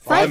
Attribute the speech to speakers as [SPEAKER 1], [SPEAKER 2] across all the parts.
[SPEAKER 1] Five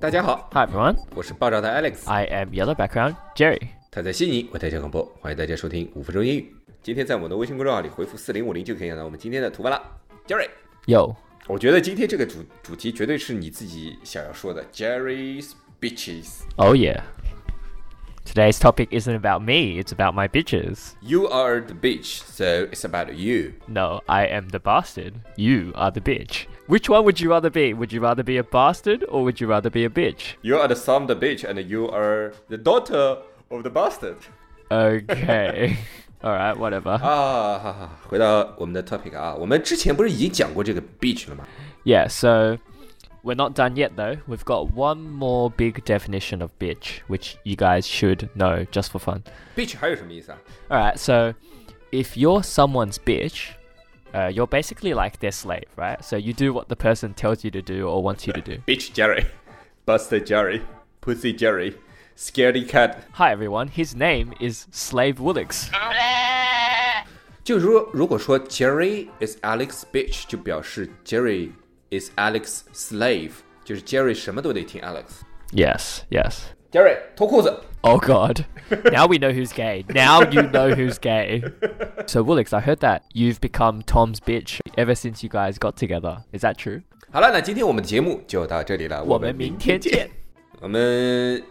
[SPEAKER 2] 大家好，
[SPEAKER 3] Hi everyone,
[SPEAKER 2] 我是爆炸头 Alex，
[SPEAKER 3] I am yellow background Jerry.
[SPEAKER 2] 他在悉尼为大家广播，欢迎大家收听五分钟英语。今天在我们的微信公众号里回复四零五零就可以看到我们今天的图文了。Jerry，
[SPEAKER 3] Yo,
[SPEAKER 2] 我觉得今天这个主主题绝对是你自己想要说的，Jerry's bitches。
[SPEAKER 3] oh yeah. Today's topic isn't about me; it's about my bitches.
[SPEAKER 2] You are the bitch, so it's about you.
[SPEAKER 3] No, I am the bastard. You are the bitch. Which one would you rather be? Would you rather be a bastard or would you rather be a bitch?
[SPEAKER 2] You are the son of the bitch, and you are the daughter of the bastard.
[SPEAKER 3] Okay. All right,
[SPEAKER 2] Uh,
[SPEAKER 3] whatever.
[SPEAKER 2] 啊，哈哈，回到我们的 topic 啊，我们之前不是已经讲过这个 bitch 了吗？
[SPEAKER 3] Yeah. So we're not done yet, though. We've got one more big definition of bitch, which you guys should know just for fun.
[SPEAKER 2] bitch 还有什么意思啊？
[SPEAKER 3] All right, so if you're someone's bitch, uh, you're basically like their slave, right? So you do what the person tells you to do or wants you to do.
[SPEAKER 2] Bitch Jerry, Buster Jerry, Pussy Jerry, Scaredy Cat。
[SPEAKER 3] Hi, everyone. His name is Slave Woolix.
[SPEAKER 2] 就是说，如果说 Jerry is Alex bitch，就表示 Jerry is Alex slave，就是 Jerry 什么都得听 Alex。
[SPEAKER 3] Yes, yes.
[SPEAKER 2] Jerry 脱裤子。
[SPEAKER 3] Oh God! now we know who's gay. Now you know who's gay. So Woolix, I heard that you've become Tom's bitch ever since you guys got together. Is that true?
[SPEAKER 2] 好了，那今天我们的节目就到这里了，我们明天见。我们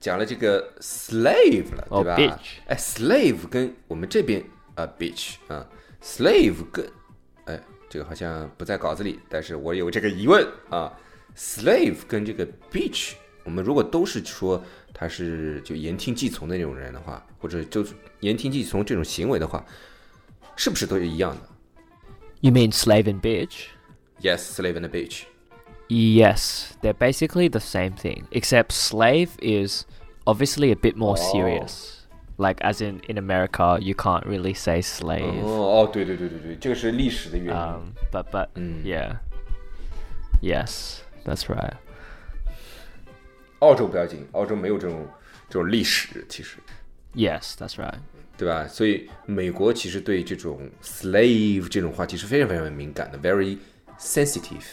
[SPEAKER 2] 讲了这个 slave 了，对
[SPEAKER 3] 哦
[SPEAKER 2] 吧？
[SPEAKER 3] bitch
[SPEAKER 2] 哎，slave 跟我们这边啊、bitch 啊，slave 跟哎这个好像不在稿子里，但是我有这个疑问啊，slave 跟这个 bitch，我们如果都是说他是就言听计从的那种人的话，或者就是言听计从这种行为的话，是不是都是一样的
[SPEAKER 3] You mean slave and bitch?
[SPEAKER 2] ？Yes，slave and bitch。
[SPEAKER 3] Yes, they're basically the same thing, except slave is obviously a bit more serious. Like, as in in America, you can't really say slave.
[SPEAKER 2] 哦哦，对对对对对，这个是历史的原因。
[SPEAKER 3] Um, but but yeah, yes, that's right.
[SPEAKER 2] 澳洲不要紧，澳洲没有这种这种历史，其实
[SPEAKER 3] Yes, that's right.
[SPEAKER 2] 对吧？所以美国其实对这种 slave 这种话题是非常非常敏感的，very sensitive。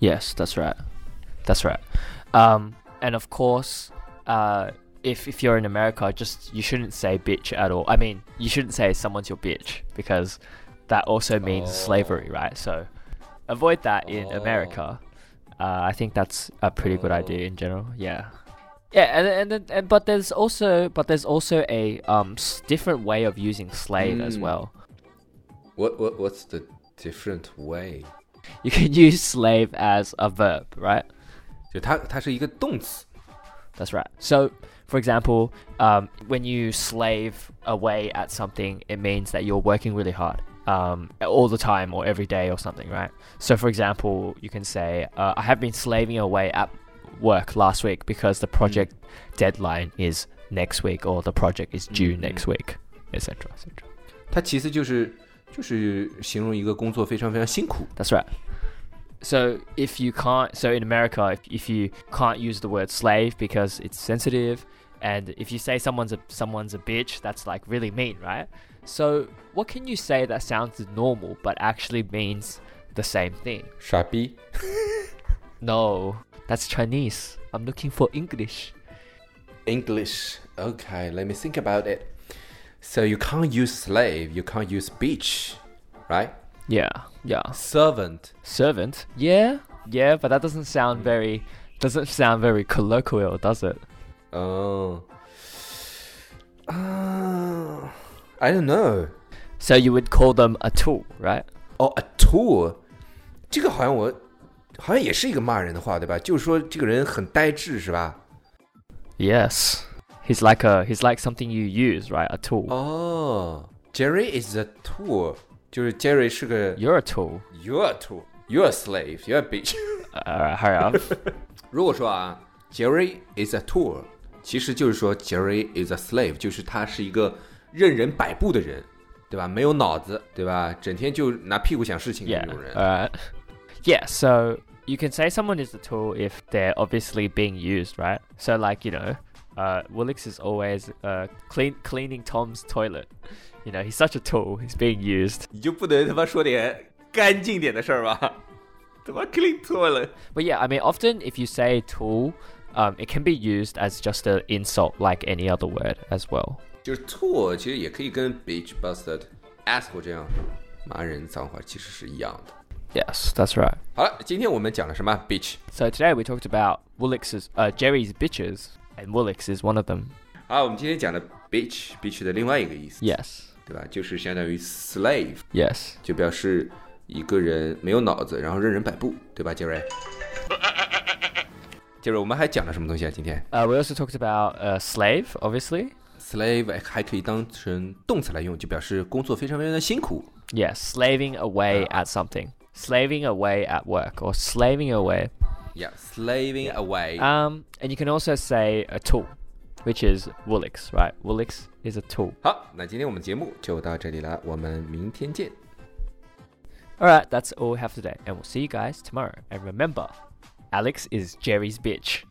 [SPEAKER 3] Yes, that's right. That's right. Um, and of course, uh, if if you're in America, just you shouldn't say bitch at all. I mean, you shouldn't say someone's your bitch because that also means slavery, right? So avoid that in America. Uh, I think that's a pretty good idea in general. Yeah. Yeah, and, and then- and but there's also but there's also a um s- different way of using slave as well.
[SPEAKER 2] What what what's the different way？
[SPEAKER 3] You can use slave as a verb, right?
[SPEAKER 2] 就它它是一个动词
[SPEAKER 3] That's right. So, for example, um, when you slave away at something, it means that you're working really hard um, all the time or every day or something, right? So, for example, you can say, uh, I have been slaving away at work last week because the project deadline is next week or the project is due next week, etc. etc.
[SPEAKER 2] 它其实就是就是形容一个工作非常非常辛苦。
[SPEAKER 3] That's right. So if you can't, so in America, if, if you can't use the word slave because it's sensitive, and if you say someone's a someone's a bitch, that's like really mean, right? So what can you say that sounds normal but actually means the same thing?
[SPEAKER 2] 傻逼
[SPEAKER 3] No, that's Chinese. I'm looking for English.
[SPEAKER 2] ，English。Okay, let me think about it. So you can't use slave, you can't use bitch, right?
[SPEAKER 3] Yeah, yeah.
[SPEAKER 2] Servant.
[SPEAKER 3] Servant. Yeah, yeah, but that doesn't sound very doesn't sound very colloquial, does it?
[SPEAKER 2] 哦，啊，I don't know。
[SPEAKER 3] So you would call them a tool, right?
[SPEAKER 2] 哦，a tool，这个好像我好像也是一个骂人的话，对吧？就是说这个人很呆滞，是吧？
[SPEAKER 3] Yes. He's like a he's like something you use, right? A tool.
[SPEAKER 2] Oh. 哦，Jerry is a tool，就是 Jerry 是个
[SPEAKER 3] You're a tool. Uh,
[SPEAKER 2] you're a tool，you're a slave，you're a bitch。
[SPEAKER 3] all right, hurry up.
[SPEAKER 2] 如果说啊，Jerry is a tool，其实就是说 Jerry is a slave，就是他是一个任人摆布的人，对吧？没有脑子，对吧？整天就拿屁股想事情的
[SPEAKER 3] yeah.
[SPEAKER 2] 那种人。
[SPEAKER 3] All right. Yeah. So you can say someone is a tool if they're obviously being used, right? So like you know, uh, Willix is always uh, clean cleaning Tom's toilet. You know, he's such a tool. He's being used.
[SPEAKER 2] 你就不能他妈说点干净点的事儿吗？他妈 clean toilet。
[SPEAKER 3] But yeah, I mean, often if you say tool, um, it can be used as just an insult, like any other word as well.
[SPEAKER 2] 就是 tool 其实也可以跟 bitch bastard asshole 这样骂人脏话其实是一样的。
[SPEAKER 3] Yes, that's right.
[SPEAKER 2] 好了，今天我们讲了什么？bitch。
[SPEAKER 3] So today we talked about Woolix's, uh, Jerry's bitches, and Woolix is one of them.
[SPEAKER 2] 好，我们今天讲了 bitch bitch 的另外一个意思
[SPEAKER 3] Yes,
[SPEAKER 2] 对吧？就是相当于 slave，
[SPEAKER 3] yes.
[SPEAKER 2] 就表示一个人没有脑子，然后任人摆布，对吧，杰瑞？杰瑞，我们还讲了什么东西啊？今天
[SPEAKER 3] Uh, we also talked about uh, slave, obviously.
[SPEAKER 2] slave 还可以当成动词来用，就表示工作非常非常的辛苦。
[SPEAKER 3] Yeah, slaving away at something, slaving away at work, or slaving away.
[SPEAKER 2] Yeah, slaving away.
[SPEAKER 3] Um, and you can also say a tool, which is Woolix, right? Woolix is a tool.
[SPEAKER 2] 好，那今天我们节目就到这里了，我们明天见。
[SPEAKER 3] All right, that's all we have today, and we'll see you guys tomorrow. And remember, Alex is Jerry's bitch.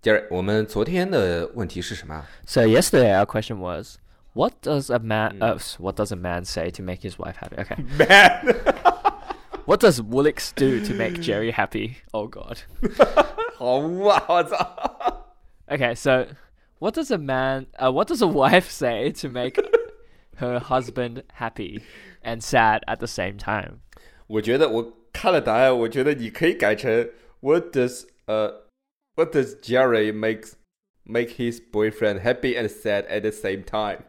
[SPEAKER 2] 杰瑞，我们昨天的问题是什么啊？
[SPEAKER 3] So yesterday our question was, what does a man, uh, s- what does a man say to make his wife happy? Okay, man. what does Woolix do to make Jerry happy? Oh God.
[SPEAKER 2] 好污啊！ 我操！
[SPEAKER 3] Okay, so what does a man, uh, what does a wife say to make her husband happy and sad at the same time?
[SPEAKER 2] 我觉得我看了答案，我觉得你可以改成 What does 呃、What does Jerry makes make his boyfriend happy and sad at the same time？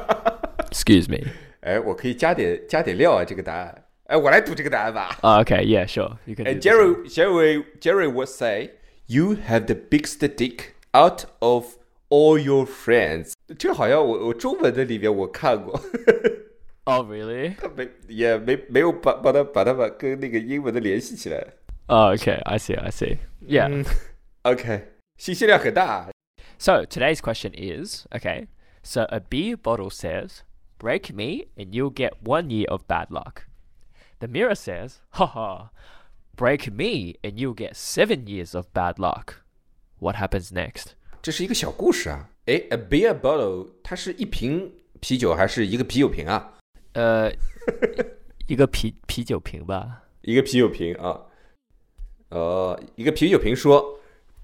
[SPEAKER 3] Excuse me.
[SPEAKER 2] 哎，我可以加点加点料啊，这个答案。哎，我来读这个答案吧。
[SPEAKER 3] Oh, okay, yeah, sure. You can.
[SPEAKER 2] 哎
[SPEAKER 3] do this one.
[SPEAKER 2] ，Jerry Jerry Jerry would say You have the biggest dick out of all your friends。这好像我我中文的里面我看过。
[SPEAKER 3] Oh, really?
[SPEAKER 2] 没也没没有把把它把它把跟那个英文的联系起来。
[SPEAKER 3] Oh, okay. I see. I see. Yeah.
[SPEAKER 2] OK，信息量很大。啊
[SPEAKER 3] So today's question is okay. So a beer bottle says, "Break me, and you'll get one year of bad luck." The mirror says, "Ha ha, break me, and you'll get seven years of bad luck." What happens next?
[SPEAKER 2] 这是一个小故事啊。哎，a beer bottle，它是一瓶啤酒还是一个啤酒瓶啊？
[SPEAKER 3] Uh, 一个啤啤酒瓶吧。
[SPEAKER 2] 一个啤酒瓶啊。呃，一个啤酒瓶说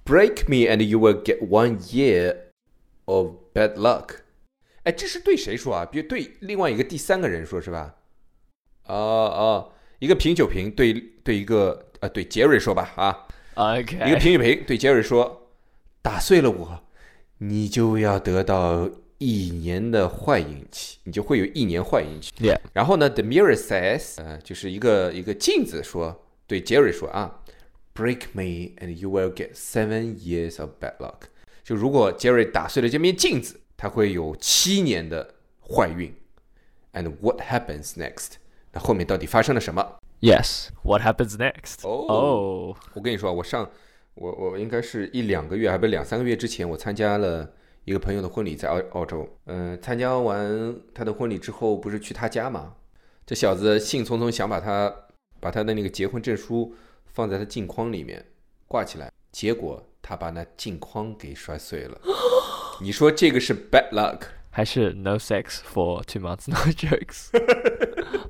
[SPEAKER 2] ：“Break me and you will get one year of bad luck。”哎，这是对谁说啊？比如对另外一个第三个人说是吧？啊、啊，一个啤酒瓶对对一个啊对杰瑞说吧啊。一个
[SPEAKER 3] Okay.
[SPEAKER 2] 平水瓶对杰瑞说：“打碎了我，你就要得到一年的坏运气，你就会有一年坏运气。
[SPEAKER 3] Yeah. ”
[SPEAKER 2] 然后呢，The mirror says，呃，就是一个一个镜子说，对杰瑞说啊，“Break me and you will get seven years of bad luck。”就如果杰瑞打碎了这面镜子，他会有七年的坏运。And what happens next？那后面到底发生了什么？
[SPEAKER 3] Yes. What happens next?
[SPEAKER 2] Oh.
[SPEAKER 3] Oh.
[SPEAKER 2] 我跟你说啊，我上我我应该是一两个月，还不是两三个月之前，我参加了一个朋友的婚礼，在澳澳洲。嗯、参加完他的婚礼之后，不是去他家嘛？这小子兴冲冲想把他把他的那个结婚证书放在他镜框里面挂起来，结果他把那镜框给摔碎了。你说这个是 bad luck？
[SPEAKER 3] 还是 no sex for two months? No jokes.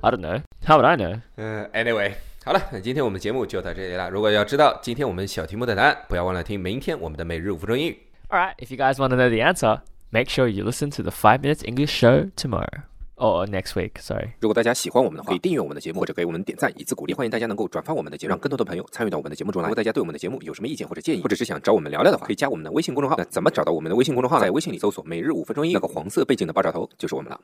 [SPEAKER 3] I don't know. How would I know?
[SPEAKER 2] 嗯，anyway，好了，那今天我们节目就到这里了。如果要知道今天我们小题目的答案，不要忘了听明天我们的每日五分钟英语。
[SPEAKER 3] All right, if you guys want to know the answer, make sure you listen to the 5 Minutes English show tomorrow. Or next week, sorry.
[SPEAKER 2] 如果大家喜欢我们的话，可以订阅我们的节目，或者给我们点赞以资鼓励。欢迎大家能够转发我们的节目，让更多的朋友参与到我们的节目中嗯来。如果大家对我们的节目有什么意见或者建议，或者是想找我们聊聊的话，可以加我们的微信公众号。那怎么找到我们的微信公众号呢？在微信里搜索“每日五分钟英语”，那个黄色背景的爆炸头就是我们了。